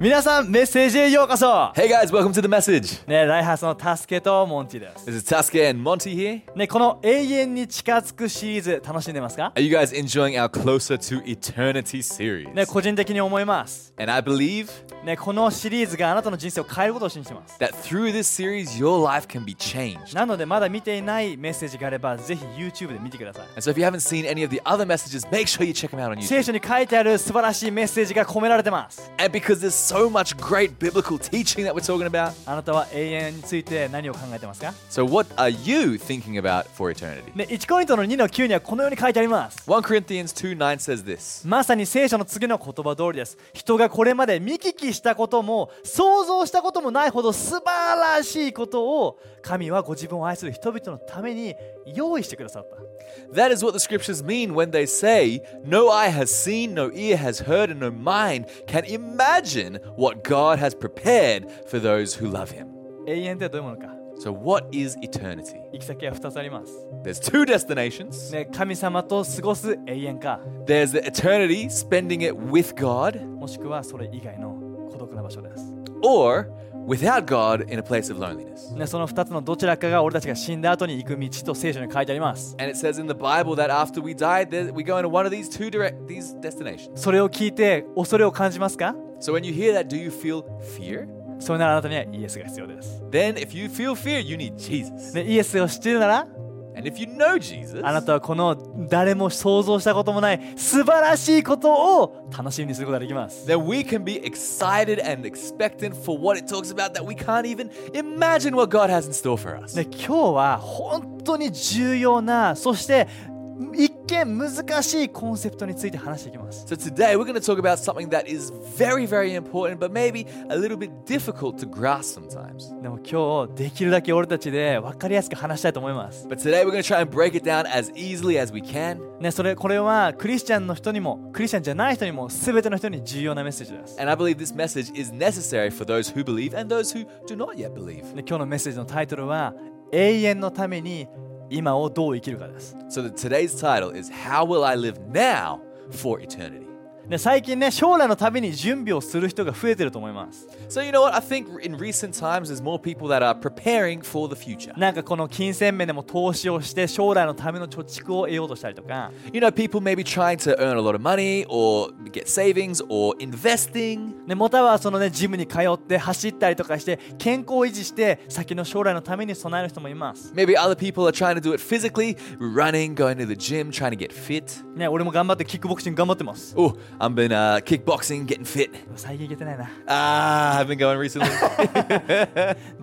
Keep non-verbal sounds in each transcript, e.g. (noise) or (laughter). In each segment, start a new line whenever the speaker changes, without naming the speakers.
皆さんメッセージへようこそ
Hey guys, welcome to the message.
ねライハースのタスケとモンチです
This is Sasuke and Monty here.
ねこの永遠に近づくシリーズ楽しんでますか
Are you guys enjoying our Closer to Eternity series?
ね個人的に思います
And I believe
ねこのシリーズがあなたの人生を変えることを信じてます
that through this series, your life can be changed.
なのでまだ見ていないメッセージがあればぜひ YouTube で見てください
And so if you haven't seen any of the other messages, make sure you check them out on YouTube.
聖書に書いてある素晴らしいメッセージが込められてます
And because there's so much great biblical teaching that we're talking about,
あなたは永遠について何を考えてますか
so what are you thinking about for eternity?
ね1コリントの2の9にはこのように書いてあります
1 Corinthians 2 9 says this
まさに聖書の次の言葉通りです。人がこれまで見聞きしたことも想像したこともないほど素晴らしいことを神はご自分を愛する人々のために用意してくださった。
That is what the scriptures mean when they say, No eye has seen, no ear has heard, and no mind can imagine what God has prepared for those who love Him.
永遠ってどういうものか
So, what is eternity?
行き先は2つあります。
There's two destinations
ね、神様と過ごす永遠か、
there's the eternity, spending it with God,
もしくはそれ以外の孤独な場所です。
or without God in a place of loneliness.
ね、その2つのどちらかが俺たちが死んだ後に行く道と聖書に書いてあります。
And it says in the Bible that after we die, there- we go into one of these two direct these destinations.
それを聞いて恐れを感じますか
So when you hear that, do you feel fear?
それならあなたにはイエスが必要です。
Then if you feel fear, you need Jesus.
ね、イエスを知っているなら
And if you know Jesus,
あなたはこの誰も想像したこともない素晴らしいことを楽しみにすることができます。
then we can be excited and expectant for what it talks about that we can't even imagine what God has in store for us.
で今日は本当に重要なそして一見難しいコンセプトについて話していきます。
So today we're going to talk about something that is very, very important, but maybe a little bit difficult to grasp sometimes.
でも今日できるだけ俺たちで分かりやすく話したいと思います。
But today we're going to try and break it down as easily as we can.
ね、それこれはクリスチャンの人にもクリスチャンじゃない人にも全ての人に重要なメッセージです。
And I believe this message is necessary for those who believe and those who do not yet believe.
で今日のメッセージのタイトルは永遠のために今をどう生きるかです。
So that today's title is How Will I Live Now for Eternity?
で最近ね将来のために準備をする人が増えてると思います。
So, you know what? I think in recent times there's more people that are preparing for the future.
なんかこの金銭面でも投資をして将来のための貯蓄を得ようとしたりとか、
You know, people may be trying to earn a lot of money or get savings or investing.
ね、またはそのねジムに通って走ったりとかして健康を維持して先の将来のために備える人もいます。
Maybe other people are trying to do it physically, running, going to the gym, trying to get fit.
ね、俺も頑張ってキックボクシング頑張ってます。
Oh, I've been uh, kickboxing, getting fit.
最近いけてないな。
Ah, I've been going recently.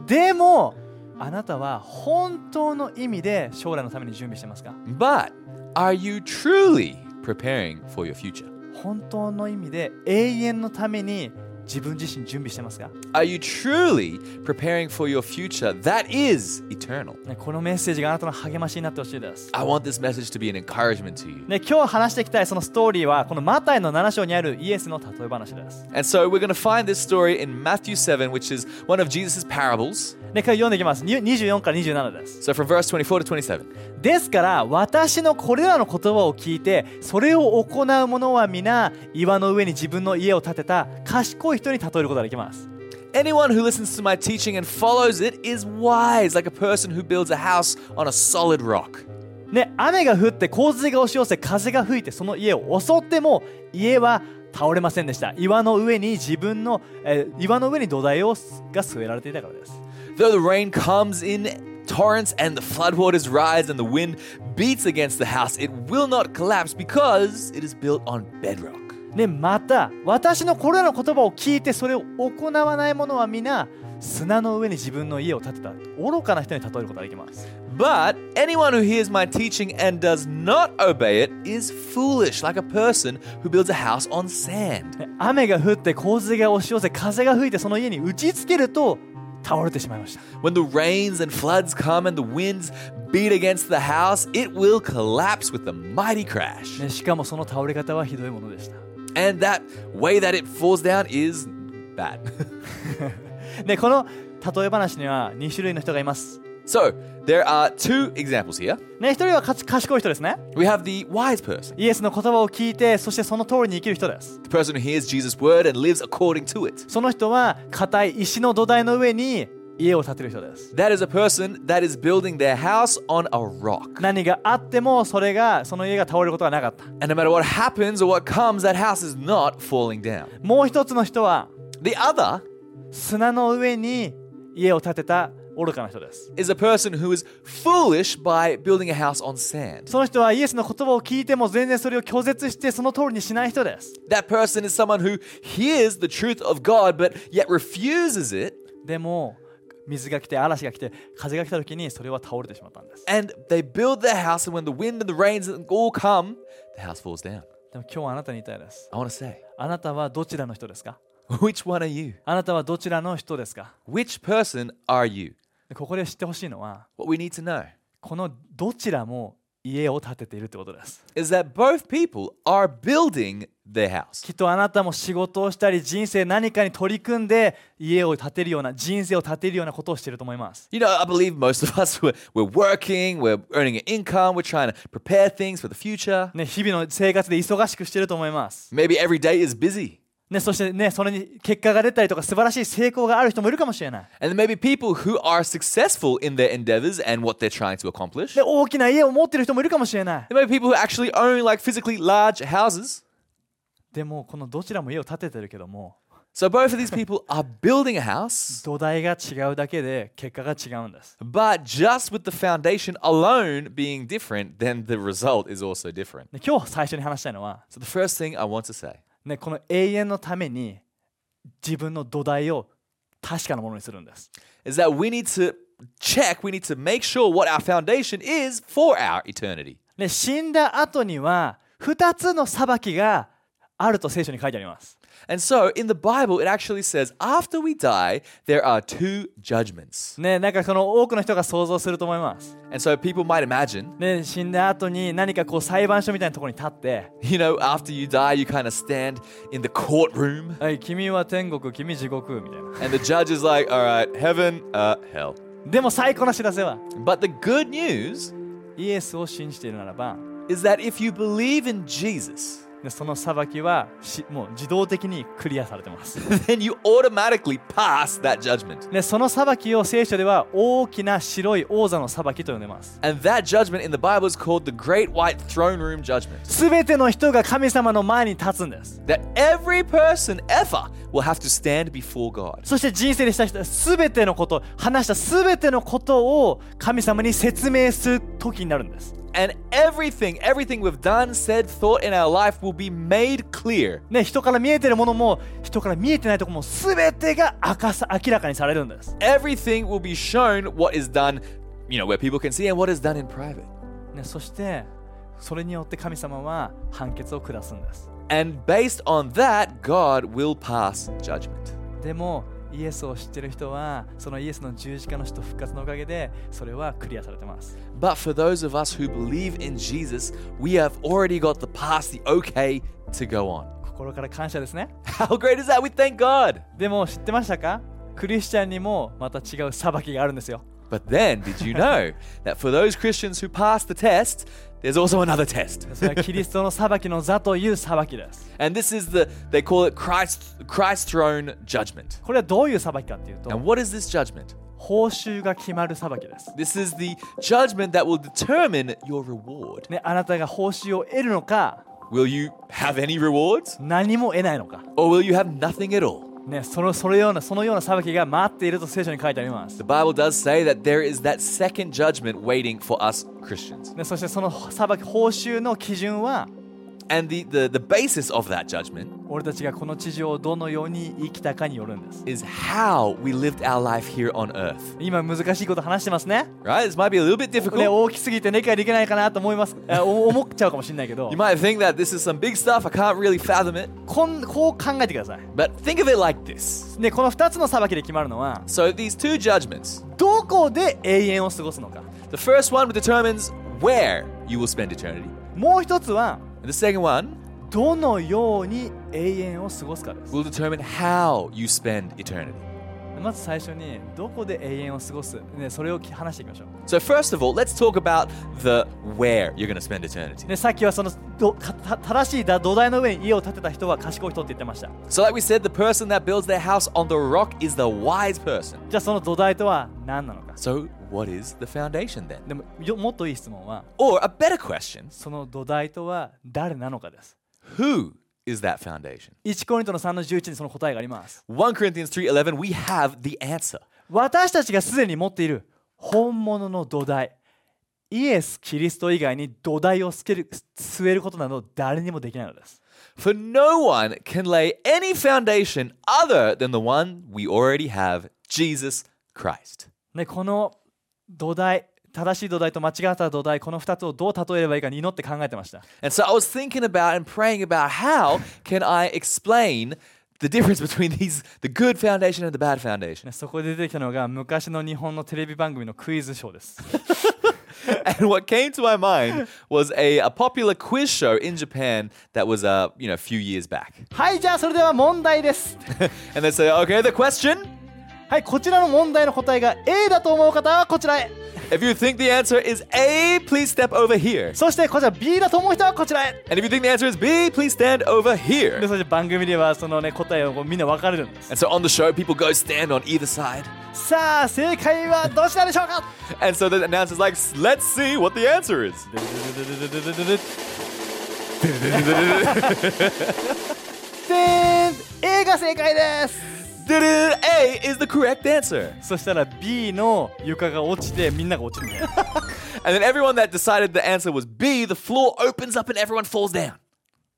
でもあなたは本当の意味で将来のために準備してますか
but are you truly preparing for your future?
本当の意味で永遠のために自分自身準備してますか、
Are you truly preparing for your future that is eternal?
ね、このメッセージがあなたの励ましになってほしいです。
I want this message to be an encouragement to you.
ね、今日話していきたいそのストーリーはこのマタイの7章にあるイエスの例え話です。
And so we're going to find this story in Matthew 7, which is one of Jesus' parables.
ね、これ読んでいきます。に24から27です。
So from verse 24 to 27.
ですから私のこれらの言葉を聞いてそれを行う者は皆岩の上に自分の家を建てた賢い人に例えることができます。
Anyone who listens to my teaching and follows it is wise, like a person who builds a house on a solid rock.
ね、雨が降って洪水が押し寄せ風が吹いてその家を襲っても家は倒れませんでした。岩の上に自分の、えー岩の上に土台をが据えられていたからです。
Though the rain comes in torrents and the floodwaters rise and the wind beats against the house, it will not collapse because it is built on bedrock.
ね、また私のこれらの言葉を聞いてそれを行わない者は皆砂の上に自分の家を建てた愚かな人に例えることができます、
But anyone who hears my teaching and does not obey it is foolish, like a person who builds a house on sand.
ね雨が降って洪水が押し寄せ風が吹いてその家に打ちつけると倒れてしまいました
When the rains and floods come and the winds beat against the house, it will collapse with a mighty crash.
ね、しかもその倒れ方はひどいものでした、
And that way that it falls down is bad. (laughs)
ね、この例え話には2種類の人がいます
So, there are two examples here.
ね、一人はかつ賢い人ですね。
We have the wise person,
イエスの言葉を聞いて、そしてその通りに生きる人です。
the person who hears Jesus' word and lives according to it.
その人は硬い石の土台の上に家を建てる人です。
That is a person that is building their house on a rock.
何があってもそれがその家が倒れることはなかった。
And no matter what happens or what comes, that house is not falling down.
もう一つの人は
The other
砂の上に家を建てた愚かな人です。
is a person who is foolish by building a house on sand.
その人はイエスの言葉を聞いても全然それを拒絶してその通りにしない人です。
That person is someone who hears the truth of God but yet refuses it,
でも水が来て嵐が来て風が来た時にそれは倒れてしまったんです。
and they build their house, and when the wind and the rains all come, the house falls down.
でも今日はあなたに言いたいです。
I want to say, (laughs)
あなたはどちらの人ですか
which one are you?
あなたはどちらの人ですか
Which person are you?
でここで知ってほしいのは
What we need to know
このどちらも家を建てているってことです。
is that both people are building their house.
きっとあなたも仕事をしたり人生何かに取り組んで家を建てるような人生を建てるようなことをしていると思います。
You know, I believe most of (laughs) us, we're, we're working, we're earning an income, we're trying to prepare things for the future.
ね、日々の生活で忙しくしてると思います。
Maybe every day is busy.
ね、そしてね、それに結果が出たりとか素晴らしい成功がある人もいるかもしれない。
And there may be people who are successful in their endeavors and what they're trying to accomplish.
で、
There
大きな家を持ってる人もいるかもしれない。
may be people who actually own like physically large houses.
でも、このどちらも家を建ててるけども、
So both of these people are building a house,
土台が違うだけで結果が違うんです。
but just with the foundation alone being different, then the result is also different.
で今日最初に話したいのは、
So the first thing I want to say
ね、この永遠のために自分の土台を確かなものにするんです。
is that we need to check, we need to make sure what our foundation is for our eternity.
で死んだ後には2つの裁きがあると聖書に書いてあります。
And so in the Bible, it actually says after we die, there are two judgments.
ね、なんかその多くの人が想像すると思います。
And so people might imagine,
ね、死んだ後に何かこう裁判所みたいなところに立って、
you know, after you die, you kind of stand in the courtroom,
はい、君は天国、君地獄みたいな。
and the judge is like, all right, heaven, uh, hell.
でも最高の知らせは、
But the good news
イエスを信じているならば、
is that if you believe in Jesus,
ねその裁きはしもう自動的にクリアされてます。
(laughs) then you automatically pass that judgment.
ね、その裁きを聖書では大きな白い王座の裁きと呼んでます。
And that judgment in the Bible is called the Great White Throne Room Judgment.
すべての人が神様の前に立つんです。
That every person ever will have to stand before God.
そして人生でしたすべてのこと、話したすべてのことを神様に説明する時になるんです。
And everything, everything we've done, said, thought in our life will be made clear.
ね、人から見えてるものも、人から見えてないところも、すべてが明かさ明らかにされるんです。
Everything will be shown what is done, you know, where people can see and what is done in private.
ね、そして、それによって神様は判決を下すんです。
And based on that, God will pass judgment.
でも、イエスを知ってる人は、そのイエスの十字架の死と復活のおかげで、それはクリアされてます。
But for those of us who believe in Jesus, we have already got the pass, the okay to go on.
心から感謝ですね。
How great is that? We thank God.
でも、知ってましたかクリスチャンにもまた違う裁きがあるんですよ。
But then, did you know that for those Christians who pass the test, there's also another test?
それはキリストの裁きの座という裁きです。
and this is the they call it Christ Christ throne judgment.
これはどういう裁きかっていう
And
と、
what is this judgment?
報酬が決まる裁きです。
This is the judgment that will determine your reward.
ね、あなたが報酬を得るのか、
Will you have any rewards
何も得ないのか。
or will you have nothing at all?
ね、そのそれようなそのような裁きが待っていると聖書に書いてあります
The。Bible does say that there is that second judgment waiting for us Christians.
ね、そしてその裁き報酬の基準は、
And the, the, the basis of that judgment
俺たちがこの地上をどのように生きたかによるんです。
is how we lived our life here on earth.
今難しいこと話してますね。
Right? This might be a little bit
ね、
difficult.
大きすぎて理解できないかなと思います。えお思っちゃうかもしれないけど
You、might think that this is some big stuff, I can't really fathom it.
こんこう考えてください。
But think of it like this.
ね、この2つの裁きで決まるのは、
So these two judgments.
どこで永遠を過ごすのか。
The first one determines where you will spend eternity.
もう一つは、
And the second one
どのように永遠を過ごすかです。
will determine how you spend eternity.
まず最初にどこで永遠を過ごす、ね、それを話していきましょう
So, first of all, let's talk about the where you're going to spend eternity.
でさっきはそのどかた正しいだ土台の上に家を建てた人は賢い人って言ってました
So, like we said, the person that builds their house on the rock is the wise person.
じゃあその土台とは何なのか
So, what is the foundation then?
でもよもっといい質問は
Or a better question,
その土台とは誰なのかです
who is that foundation?
1コリントの3の11にその答えがあります
1 Corinthians 3:11, we have the answer.
私たちがすでに持っている本物の土台イエス・キリスト以外に土台をつける据えることなど誰にもできないのです
For no one can lay any foundation other than the one we already have, Jesus Christ.
ね、この土台正しい土台と間違った土台この2つをどう例えればいいか祈って考えてました
And so I was thinking about and praying about how can I explain the difference (laughs) between these the good foundation and the bad
ね
foundation. (laughs)
そこで出てきたのが昔の日本のテレビ番組のクイズショーです
And what came to my mind was a, a popular quiz show in Japan that was uh, you know a few years back.
はいじゃあそれでは問題です
and they say, okay, the question.
はいこちらの問題の答えが A だと思う方はこちらへ
If you think the answer is A, please step over here.
そしてこちら B だと思う人はこちらへ
And if you think the answer is B, please stand over
で
here.
そして番組ではそのね答えをこうみんな分かれるんです
And so on the show, people go stand on either side.
さあ正解はどちらでしょうか
And so the announcer's like, let's see what the answer is.
でーん A が正解です
A is the correct answer.
そしたら B の床が落ちてみんなが落ちるんだよ
And then everyone that decided the answer was B, the floor opens up and everyone falls down.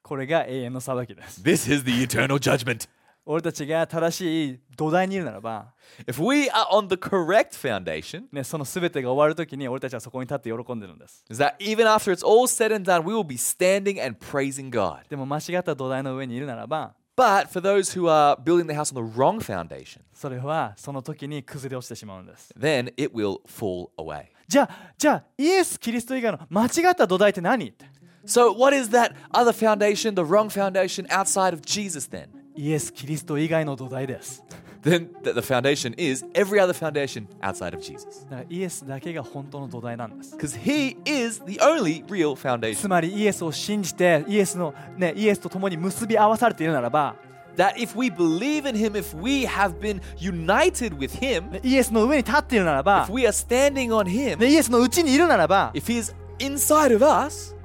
これが永遠の裁きです
This is the eternal judgment.
俺たちが正しい土台にいるならば、
If we are on the correct foundation,
ね、その全てが終わるときに俺たちはそこに立って喜んでるんです
is that even after it's all said and done, we will be standing and praising God.
でも間違った土台の上にいるならば
But for those who are building their house on the wrong foundation,
それはその時に崩れ落ちてしまうんです
then it will fall away.
じゃあじゃあイエス・キリスト以外の間違った土台って何って
So, what is that other foundation, the wrong foundation outside of Jesus then?
イエス・キリスト以外の土台です。
Then th- the foundation is every other foundation outside of Jesus.
だからイエスだけが本当の土台なんです。
Because he is the only real
つ
foundation.
まりイエスを信じてイエスの、ね、イエスと共に結び合わされているならば
That if we believe in him, if we have been united with him,
ねイエスの上に立っているなら
if
ば、
we are standing on him,
ね、イエスのうちにいるならば
if he is inside of us,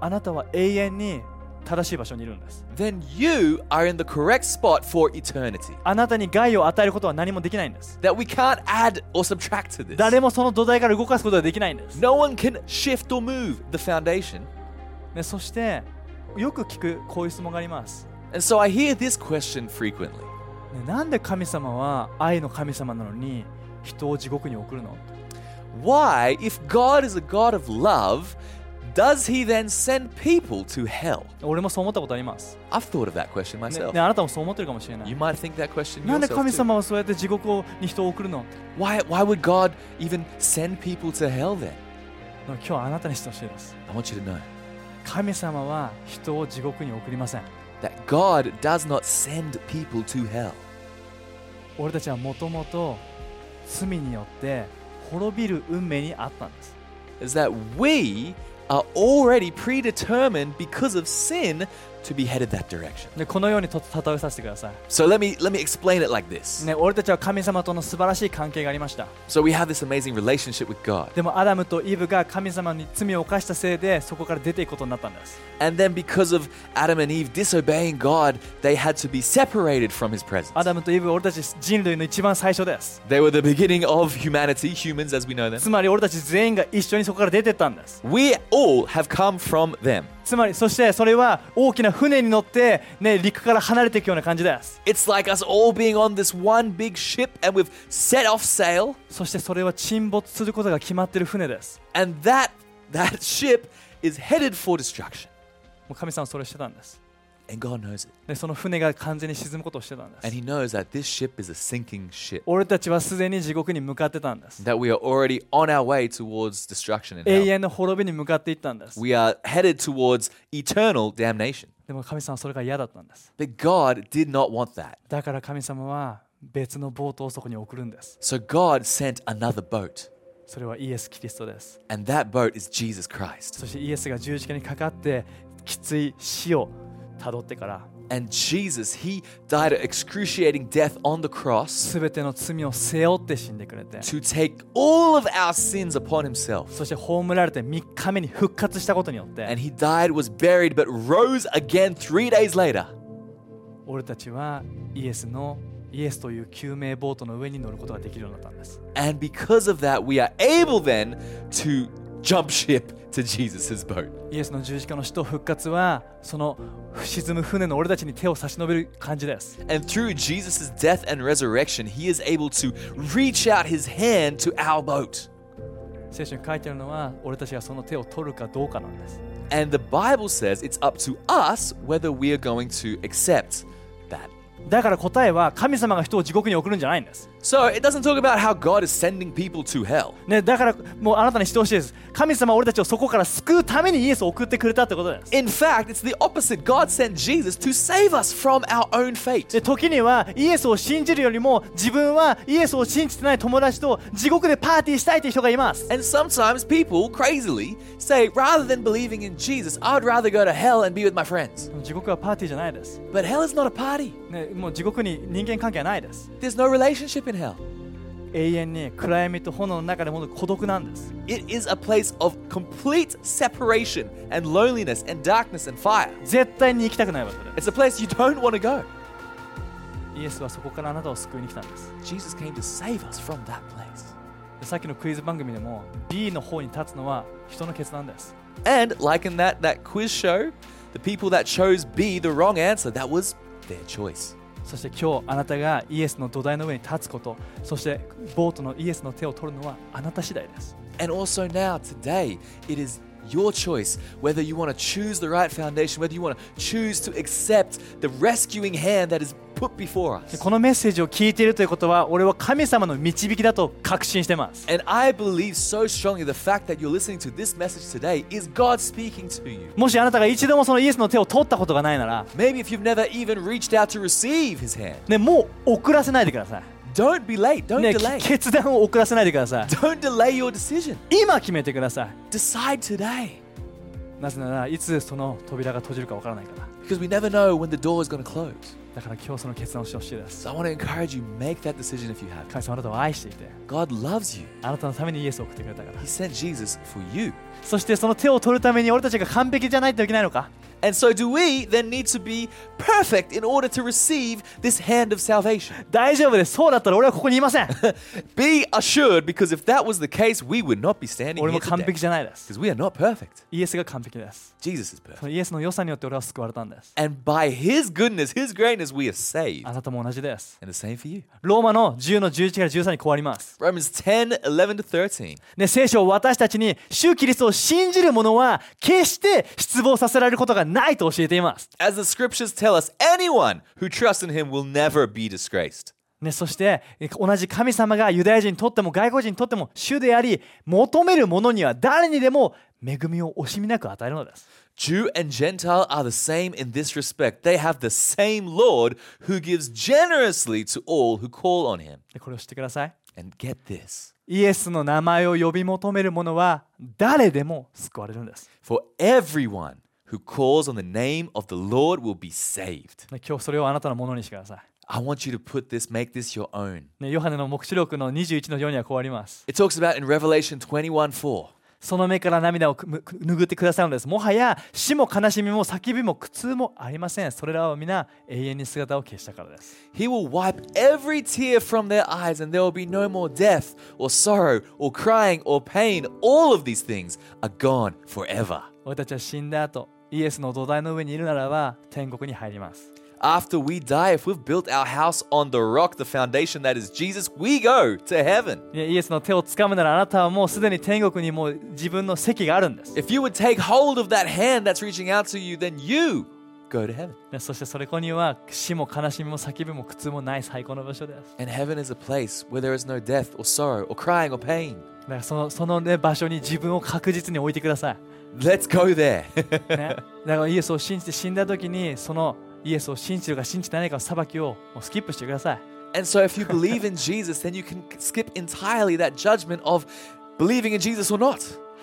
あなたは永遠に正しい場所にいるんです。
then you are in the correct spot for eternity.
あなたに害を与えることは何もできないんです。
That we can't add or subtract to this.
誰もその土台から動かすことはできないんです。
No one can shift or move the foundation.
ね、そしてよく聞くこういう質問があります。
And so I hear this question frequently.
ね、なんで神様は愛の神様なのに人を地獄に送るの
Why, if God is a God of love, does he then send people to hell?
俺もそう思ったことあります。
I've thought of that question
ね
myself.
ねあなたもそう思ってるかもしれな
You
い。
might think that question
なんで
yourself
神
too.
様はそうやって地獄をに人を送るの
Why, why would God even send people to hell then?
でも今日はあなたに質問しています。
I want you to know
神様は人を地獄に送りません。
that God does not send people to hell.
俺たちはもともと罪によって滅びる運命にあったんです。
Is that we are already predetermined because of sin to be headed that direction.
でこのようにと例えさせてくださ
So let me let me explain it like this.
い、ね。俺たちは神様との素晴らしい関係がありました。
So we have this amazing relationship with God.
でもアダムとイブが神様に罪を犯したせいでそこから出ていくことになったんです。
And then because of Adam and Eve disobeying God, they had to be separated from his presence.
アダムとイブは俺たち人類の一番最初です。
They were the beginning of humanity, humans as we know them.
つまり俺たち全員が一緒にそこから出てったんです。
We all have come from them.
つまりそしてそれは大きな船に乗って、ね、陸から離れていくような感じです
It's like us all being on this one big ship and we've set off sail,
そしてそれは沈没することが決まっている船です
and that that (laughs) ship is headed for destruction.
もう神様はそれをしてたんです
And God knows it.
でその船が完全に沈むことをしてたんで
And
す
he knows that this ship is a sinking ship.
俺たちはすでに地獄に向かってたんです
That we are already on our way towards destruction and
永
hell.
遠の滅びに向かっていったんです
We are headed towards eternal damnation.
でも神様はそれが嫌だったんです
But God did not want that.
だから神様は別のボートをそこに送るんです。
So God sent another boat,
それはイエス・キリストです。
and that boat is Jesus Christ.
そしてイエスが十字架にかかってきつい死をたどってから
And Jesus, he died an excruciating death on the cross
全ての罪を背負って死んでくれて
to take all of our sins upon himself.
そして葬られて3日目に復活したことによって
And he died, was buried, but rose again three days later.
俺たちはイエスのイエスという救命ボートの上に乗ることができるようになったんです
And because of that, we are able then to jump ship to Jesus' boat.
イエスの十字架の死と復活はその沈む船の俺たちに手を差し伸べる感じです
And through Jesus' death and resurrection, he is able to reach out his hand to our boat.
聖書に書いてあるのは俺たちがその手を取るかどうかなんです
And the Bible says it's up to us whether we are going to accept that.
だから答えは神様が人を地獄に送るんじゃないんです
So it doesn't talk about how God is sending people to hell.
ね、だからもうあなたにしてほしいです。神様は俺たちをそこから救うためにイエスを送ってくれたってことです。
In fact, it's the opposite. God sent Jesus to save us from our own fate.
で時にはイエスを信じるよりも自分はイエスを信じてない友達と地獄でパーティーしたいという人がいます。
And sometimes people, crazily, say, rather than believing in Jesus, I'd rather go to hell and be with my friends.
地獄はパーティーじゃないです。
But hell is not a party,
ね、もう地獄に人間関係はないです。
there's no relationship in hell.
永遠に暗闇と炎の中でも孤独なんです。
It is a place of complete separation and loneliness and darkness and fire.
絶対に行きたくない場所
It's a place you don't want to go.
で。イエスはそこからあなたを救いに来たんです。
Jesus came to save us from that place.
でさっきのクイズ番組でも B の方に立つのは人の決断です。
And like in that that quiz show, the people that chose B the wrong answer, that was their choice.
そして今日あなたがイエスの土台の上に立つことそしてボートのイエスの手を取るのはあなた次第です
And also now today, it is your choice whether you want to choose the right foundation, whether you want to choose to accept the rescuing hand that is put before
で
us.
このメッセージを聞いているということは俺は神様の導きだと確信してます
And I believe so strongly the fact that you're listening to this message today is God speaking to you.
もしあなたが一度もそのイエスの手を取ったことがないなら、
Maybe if you've never even reached out to receive his hand.
ね、もう遅らせないでくださ
Don't be late.
い、
Don't
ね、
delay.
き決断を遅らせないでくださ
Don't delay your decision.
い今決めてくださ
Decide today
いなぜならいつその扉が閉じるかわからないから
because we never know when the door is going to close.
だから今日その決断をしてほしいです
So I want to encourage you make that decision if you have.
神様あなたを愛していて
God loves you.
あなたのためにイエスを送ってくれたから
He sent Jesus for you.
そしてその手を取るために俺たちが完璧じゃないといけないのか
And so do we then need to be perfect in order to receive this hand of salvation.
大丈夫ですそうだったら俺はここにいませ
(laughs)
ん
Be assured because if that was the case, we would not be standing
俺も
here
完
today
璧じゃないです
because we are not perfect.
イエスが完璧です
Jesus is
そ
perfect.
のイエスの良さによって俺は救われたんです
And by his goodness, his greatness, we are saved.
あなたも同じです
And the same for you.
ローマの10の11から13に変わります
Romans 10, 11 to 13.
ね聖書を私たちに主キリストを信じる者は決して失望させられることがないと教えています、
As the scriptures tell us, anyone who trusts in him will never be disgraced.
ね、そしてえ同じ神様がユダヤ人にとっても外国人にとっても主であり求める者には誰にでも恵みを惜しみなく与えるのです
Jew and Gentile are the same in this respect. They have the same Lord who gives generously to all who call on him.
でこれを知ってください
And get this
イエスの名前を呼び求める者は誰でも救われるんです。
for everyone who calls on the name of the Lord will be saved.
ね今日それをあなたのものにしてくださ
I want you to put this, make this your own.
い。ね、ヨハネの黙示録の21の4にはこうあります。
It talks about in Revelation 21 4.
その目から涙をくむく拭ってくださるのです。もはや死も悲しみも叫びも苦痛もありません。それらは皆永遠に姿を消したからです。
He will wipe every tear from their eyes, and there will be no more death, or sorrow, or crying, or pain. All of these things are gone forever.
俺たちは死んだ後、イエスの土台の上にいるならば天国に入ります。
After we die, if we've built our house on the rock, the foundation that is Jesus, we go to heaven.
ねイエスの手をつかむならあなたはもうすでに天国にもう自分の席があるんです。
If you would take hold of that hand that's reaching out to you, then you go to heaven.
ねそしてそれこには死も悲しみも叫びも苦痛もない最高の場所です。
And heaven is a place where there is no death, or sorrow, or crying, or pain.
だからそのその、ね、場所に自分を確実に置いてくださ
Let's go there. (laughs)
い、ね、だからイエスを信じて死んだ時にそのイエスを信じるか信じてないかの裁きをもうスキップしてください
And so, if you believe in Jesus, then you can skip entirely that judgment of believing in Jesus or not.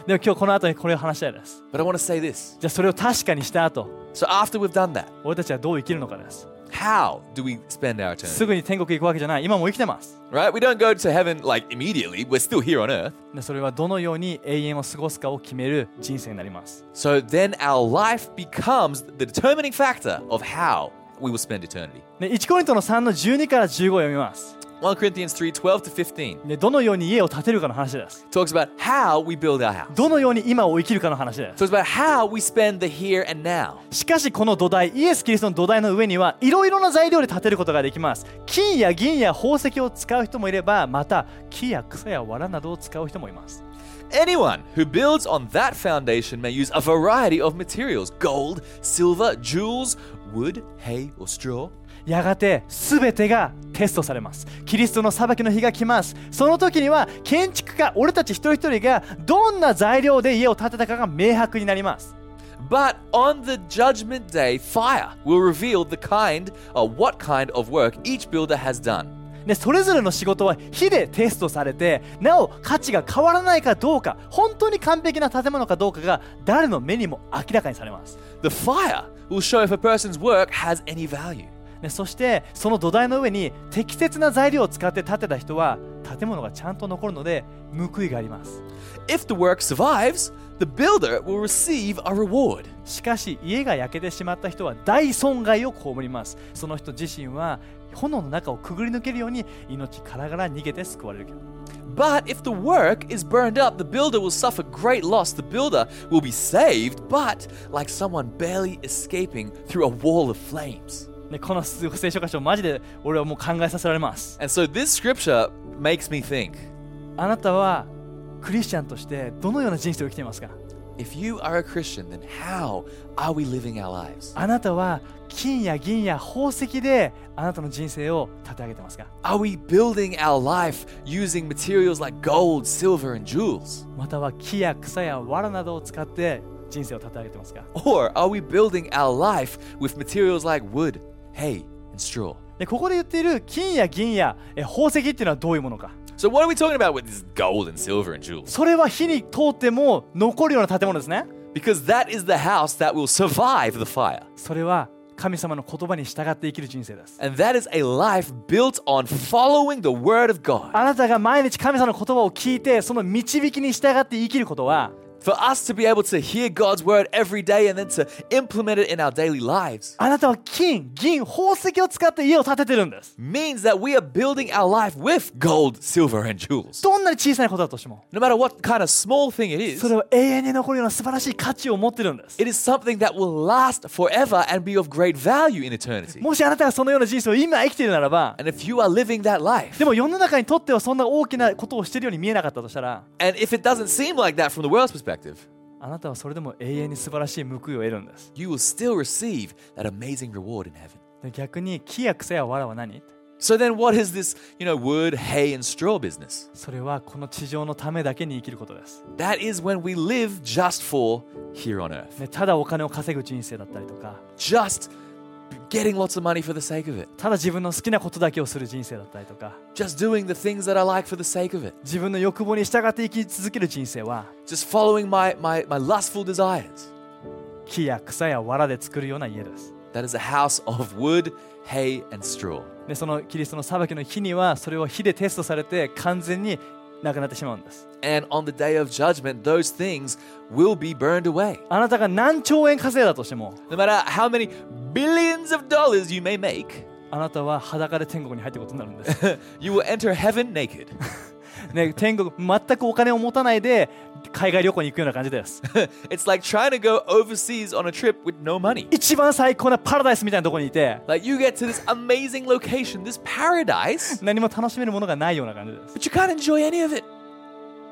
でも今日この後にこれを話したいです
But I want to say this.
じゃあそれを確かにした後
So, after we've done that,
俺たちはどう生きるのかです
how do we spend our
す
eternity?
ぐに天国行くわけじゃない今も生きてます
Right? We don't go to heaven like immediately, we're still here on earth.
でそれはどのように永遠を過ごすかを決める人生になります
So, then our life becomes the determining factor of how we will spend eternity.
で1コリントの3の12から15を読みます
1 Corinthians 3 12 to 15
でどのように家を建てるかの話です
talks about how we build our house,
どのように今を生きるかの話です
talks about how we spend the here and now.
しかしこの土台イエス・キリストの土台の上にはいろいろな材料で建てることができます金や銀や宝石を使う人もいればまた木や草や藁などを使う人もいます
Anyone who builds on that foundation may use a variety of materials gold, silver, jewels, wood, hay, or straw.
やがて全てがテストされますキリストの裁きの日が来ますその時には建築家俺たち一人一人がどんな材料で家を建てたかが明白になります
But on the judgment day, fire will reveal the kind or what kind of work each builder has done.
でそれぞれの仕事は火でテストされてなお価値が変わらないかどうか本当に完璧な建物かどうかが誰の目にも明らかにされます
The fire will show if a person's work has any value.
でそしてその土台の上に適切な材料を使って建てた人は建物がちゃんと残るので報いがあります
If the work survives, the builder will receive a reward.
しかし家が焼けてしまった人は大損害を被りますその人自身は炎の中をくぐり抜けるように命からがら逃げて救われるけど
But if the work is burned up, the builder will suffer great loss. The builder will be saved, but like someone barely escaping through a wall of flames.
でこの聖書箇所マジで俺はもう考えさせられます
And so this scripture makes me think
あなたはクリスチャンとしてどのような人生を生きていますか
if you are a Christian, then how are we living our lives?
あなたは金や銀や宝石であなたの人生を立て上げてますか
Are we building our life using materials like gold, silver, and jewels?
または木や草や藁などを使って人生を立て上げてますか
Or are we building our life with materials like wood, hay, and straw?
でここで言っている金や銀やえ宝石っていうのはどういうものか
So, what are we talking about with this gold and silver and jewels?
それは火に通っても残るような建物ですね
Because that is the house that will survive the fire.
それは神様の言葉に従って生きる人生です
And that is a life built on following the word of God.
あなたが毎日神様の言葉を聞いてその導きに従って生きることは
For us to be able to hear God's word every day and then to implement it in our daily lives
あなたは金銀宝石を使って家を建ててるんです
means that we are building our life with gold, silver, and jewels.
どんなに小さなことだとしても
No matter what kind of small thing it is,
それは永遠に残るような素晴らしい価値を持ってるんです
it is something that will last forever and be of great value in eternity.
もしあなたがそのような人生を今生きているならば
And if you are living that life,
でも世の中にとってはそんな大きなことをしているように見えなかったとしたら
and if it doesn't seem like that from the world's perspective,
あなたはそれでも永遠に素晴らしい報いを得るんです
you will still receive that amazing reward in heaven.
で逆に木や草や藁は何
So then what is this, you know, wood, hay and straw business?
それはこの地上のためだけに生きることです、
That is when we live just for here on earth.
ね、ただお金を稼ぐ人生だったりとか
Just getting lots of money for the sake of it.
ただ自分の好きなことだけをする人生だったりとか
Just doing the things that I like for the sake of it.
自分の欲望に従って生き続ける人生は
Just following my my, my lustful desires.
木や草や藁で作るような家です。
That is a house of wood, hay and straw.
でそのキリストの裁きの日にはそれは火でテストされて完全になくなってしまうんです。
And on the day of judgment, those things will be burned away.
あなたが何兆円稼いだとしても
No matter how many billions of dollars you may make,
あなたは裸で天国に入っていくことになるんです。 (laughs)
you will enter heaven naked.
ね、天国全くお金を持たないで海外旅行に行くような感じです。 (laughs)
it's like trying to go overseas on a trip with no money.
一番最高なパラダイスみたいなところにいて
Like you get to this amazing location, this paradise,
何も楽しめるものがないような感じです。
but you can't enjoy any of it.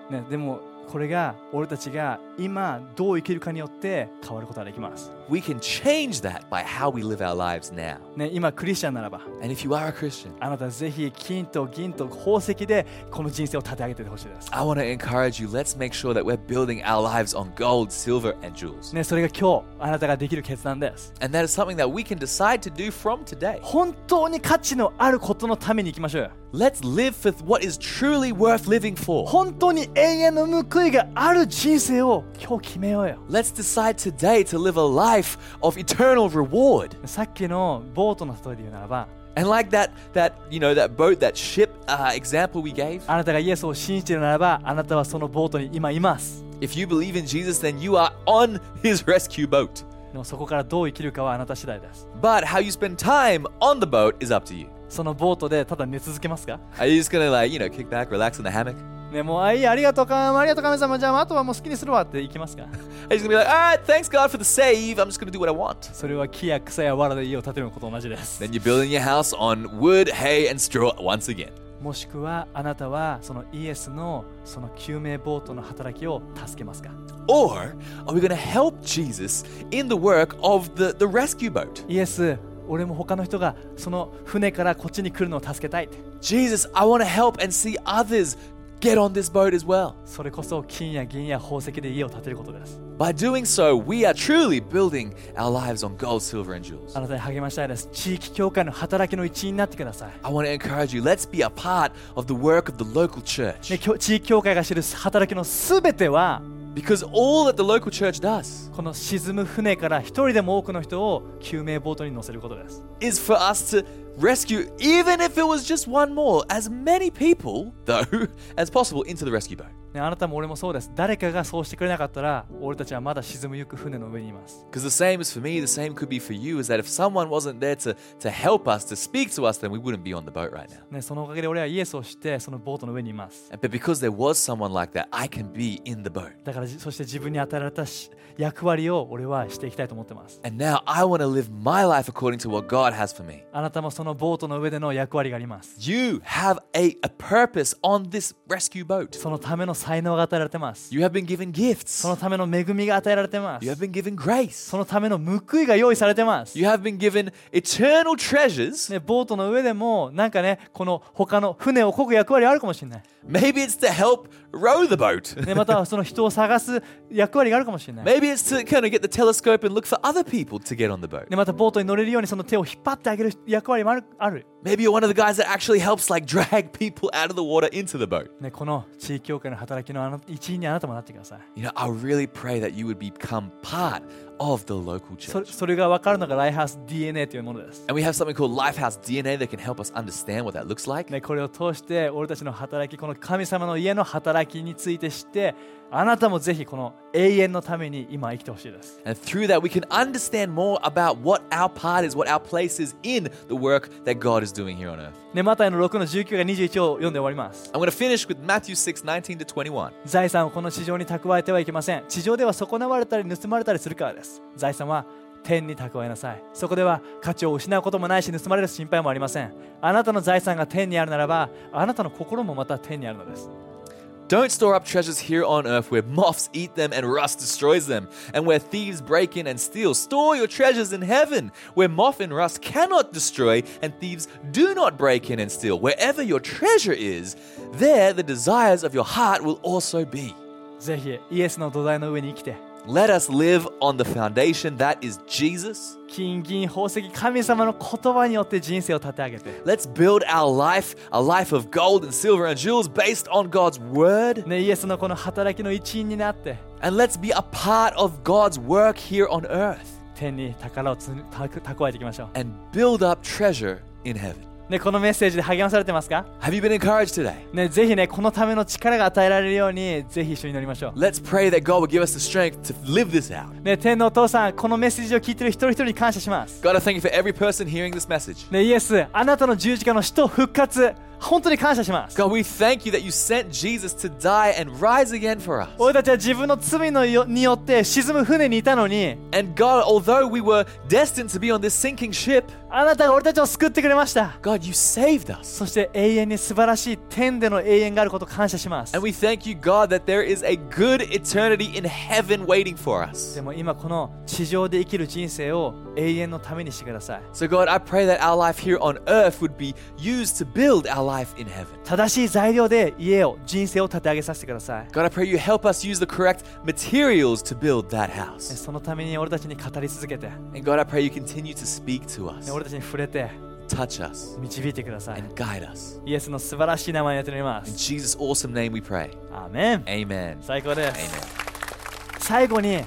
ね、でもこれが俺たちが今どう生きるかによって変わることができます、
We can change that by how we live our lives now.
ね、今クリスチャンならば
And if you are a Christian,
あなたぜひ金と銀と宝石でこの人生を立て上げてほしいです、
I want to encourage you let's make sure that we're building our lives on gold, silver, and jewels.
ね、それが今日あなたができる決断です
And that is something that we can decide to do from today.
本当に価値のあることのために生きましょうよ
Let's live for what is truly worth living for.
本当に永遠の報いがある人生を今日決めようよ
Let's decide today to live a life of eternal reward.
さっきのボートの例えで言うならば
And like that, that you know, that boat, that ship uh, example we gave.
あなたがイエスを信じているならばあなたはそのボートに今います
If you believe in Jesus, then you are on His rescue boat.
でもそこからどう生きるかはあなた次第です
But how you spend time on the boat is up to you.
そのボートでただ寝続けますか
Are you just gonna like you know kick back, relax in the hammock?
ねもうあいいありがとうかありがとう神様じゃああとはもう好きにするわって行きますか
Are you just gonna be like, all right, thanks God for the save. I'm just gonna do what I want.
それは木や草や藁で家を建てるのことと同じです
Then you're building your house on wood, hay, and straw once again.
もしくはあなたはそのイエスのその救命ボートの働きを助けますか
Or are we gonna help Jesus in the work of the, the rescue boat?
イエス俺も他の人がその船からこっちに来るのを助けたいって
Jesus, I wanna help and see others get on this boat as well.
それこそ金や銀や宝石で家を建てることです
By doing so, we are truly building our lives on gold, silver, and jewels.
あなたに励ましたいです地域協会の働きの一員になってください
I want to encourage you, let's be a part of the work of the local church.
ね、きょ地域協会が知る働きのすべては
Because all that the local church does
この沈む船から一人でも多くの人を救命ボートに乗せることです
is for us to rescue, even if it was just one more, as many people, (laughs) though, as possible into the rescue boat.
ね、あなたも俺もそうです誰かがそうしてくれなかったら俺たちはまだ沈むゆく船の上にいます
Because the same is for me, the same could be for you, is that if someone wasn't there to, to help us, to speak to us, then we wouldn't be on the boat right now.
ね、そのおかげで俺はイエスを知ってそのボートの上にいます
But because there was someone like that, I can be in the boat.
だからじそして自分に与えられたし役割を俺はしていきたいと思ってます
And now I want to live my life according to what God has for me.
あなたもそのボートの上での役割があります
You have a, a purpose on this rescue boat.
そのための才能が与えられてます
You have been given gifts.
そのための恵みが与えられてま
You have
す
been given grace.
そのための報いが用意されてます
You have been given eternal treasures.
ね、ボートの上でもなんかねこの他の船を漕ぐ役割あるかもしれない、
Maybe it's to help row the boat.
ね、またはその人を探す役割があるかもしれない、ね、
Maybe it's to kind of get the telescope and look for other people to get on the boat.
またボートに乗れるようにその手を引っ張ってあげる役割もあるある、
Maybe you're one of the guys that actually helps like (laughs) drag people out of the water into the boat.
ね、この地域協会の働きのあの一員にあなたもなってください
You know, I really pray that you would become part of the local
そ
church.
それが分かるのがライハウス DNA というものです、
And we have something called Lifehouse DNA that can help us understand what that looks like.
ね、これを通して俺たちの働きこの神様の家の働きについて知ってあなたもぜひこの永遠のために今生きてほしいです
And through that, we can understand more about what our part is, what our place is in the work that God is doing here on earth.
ね、マタイの6の19が21を読んで終わります。
I'm going to finish with Matthew 6 19 to 21.
財産をこの地上に蓄えてはいけません。地上では損なわれたり盗まれたりするからです。財産は天に蓄えなさい。そこでは価値を失うこともないし盗まれる心配もありません。あなたの財産が天にあるならば、あなたの心もまた天にあるのです。
Don't store up treasures here on earth where moths eat them and rust destroys them, and where thieves break in and steal. Store your treasures in heaven, where moth and rust cannot destroy, and thieves do not break in and steal. Wherever your treasure is, there the desires of your heart will also be.
ぜひイエスの土台の上に生きて、
Let us live on the foundation that is Jesus.
金銀宝石神様の言葉によって人生を立て上げて、
Let's build our life, a life of gold and silver and jewels based on God's word.
ね、イエスのこの働きの一員になって、
And let's be a part of God's work here on earth.
天に宝をつたく蓄えていきましょう。
and build up treasure in heaven.
ね、このメッセージで励まされてますか
Have you been encouraged today?
ね、ぜひね、このための力が与えられるように、ぜひ一緒に乗りましょ
Let's pray that God would give us the strength to live this out.
う。ね、天のお父さん、このメッセージを聞いてる一人一人に感謝します。
God, I thank you for every person hearing this message.
ね、イエス、あなたの十字架の死と復活、本当に感謝します
God, we thank you that you sent Jesus to die and rise again for us.
俺たちは自分の罪のよによって沈む船にいたのに
And God, although we were destined to be on this sinking ship,
あなたが俺たちを救ってくれました
God, you saved us.
そして永遠に素晴らしい天での永遠があることを感謝します
And we thank you, God, that there is a good eternity in heaven waiting for us.
でも今この地上で生きる人生を永遠のためにしてください
So, God, I pray that our life here on earth would be used to build our life in heaven.
正しい材料で家を人生を立て上げさせてください
God, I pray you help us use the correct materials to build that house.
そのために俺たちに語り続けて
And God, I pray you continue to speak to us,
俺たちに触れて
touch us,
導いてください
and guide us.
イエスの素晴らしい名前によっておりま
In
す
Jesus' awesome name we pray.
アーメン
Amen.
最高です
Amen.
最後に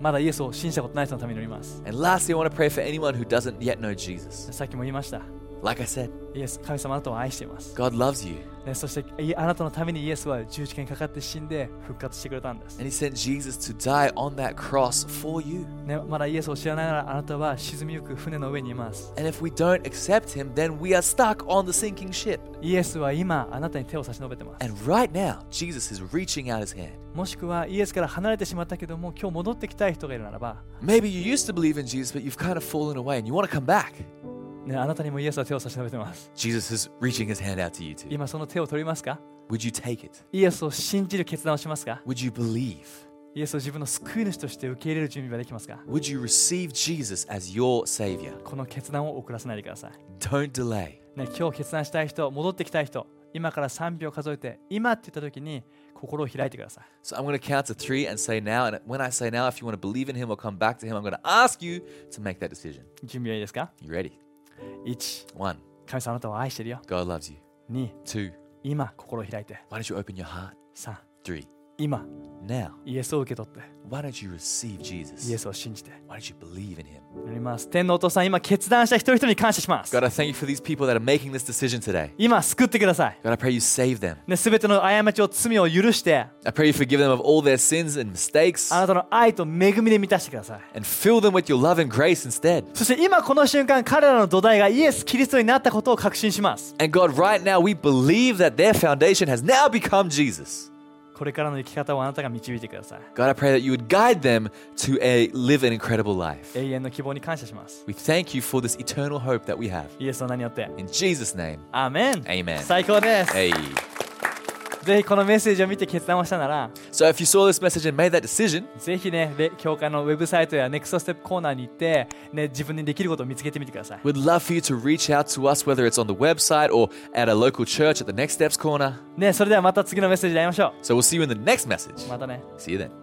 まだイエスを信じたことない人のためにおります
And lastly, I want to pray for anyone who doesn't yet know Jesus.
さっきも言いました
Like I said,
イエス神様あなたを愛しています、
God loves you,
ね、そしていあなたのためにイエスは十字架にかかって死んで復活してくれたんです
and He sent Jesus to die on that cross for you.
ね、まだイエスを知らないならあなたは沈みゆく船の上にいます。
And if we don't accept Him, then we are stuck on the sinking ship.
イエスは今あなたに手を差し伸べてます。
And right now, Jesus is reaching out His hand.
もしくはイエスから離れてしまったけども今日戻ってきたい人がいるならば、
Maybe you used to believe in Jesus, but you've kind of fallen away and you want to come back.
ね、あなたにもイエスは手を差し伸べてます。
Jesus is reaching His hand out to you too.
今その手を取りますか
Would you take it?
イエスを信じる決断をしますか
Would you believe?
イエスを自分の救い主として受け入れる準備ができますか
Would you receive Jesus as your Savior?
この決断を遅らせないでください。
Don't delay.
ね、今日決断したい人、戻ってきたい人、今から3秒数えて、今って言った時に心を開いてください。
So I'm going to count to three and say now. And when I say now, if you want to believe in him or come back to him, I'm going to ask you to make that decision.
準備はいいですか
You ready?
1、
One,
神様あなたを愛してるよ。
God loves you.
2、
Two,
今心を開いて。
why don't you open your heart?
3、
Three,
今
now,
イエスを受け取って
why don't you receive
イエ
Jesus?
スを信じて
Why don't you believe in him?
祈ります天のお父さん今決断した一人一人に感謝します
God, I thank you for these people that are making this decision today.
今救ってください
God, I pray you save them.
ね、全ての過ちを罪を許して、
I pray you forgive them of all their sins and mistakes
あなたの愛と恵みで満たしてください。
and fill them with your love and grace instead.
そして今この瞬間、彼らの土台がイエス・キリストになったことを確信します。
And God, right now, we believe that their foundation has now become Jesus.
これからの生き方をあなたが導いてください。
God, I pray that you would guide them to a live an incredible life.
永遠の希望に感謝します。
We thank you for this eternal hope that we have.
イエスの名によって。
In Jesus' name,
アーメン
Amen
最高です。
hey.
ぜひこのメッセージを見て決断をしたなら、
So if you saw this message and made that decision,
ぜひね、れ教会のウェブサイトやネクストステップコーナーに行って、ね、自分にできることを見つけてみてください。
we'd love for you to reach out to us, whether it's on the website or at a local church at the Next Steps Corner.
ね、それではまた次のメッセージで会いましょ
So we'll see you in the next message.
う。またね。
See you then.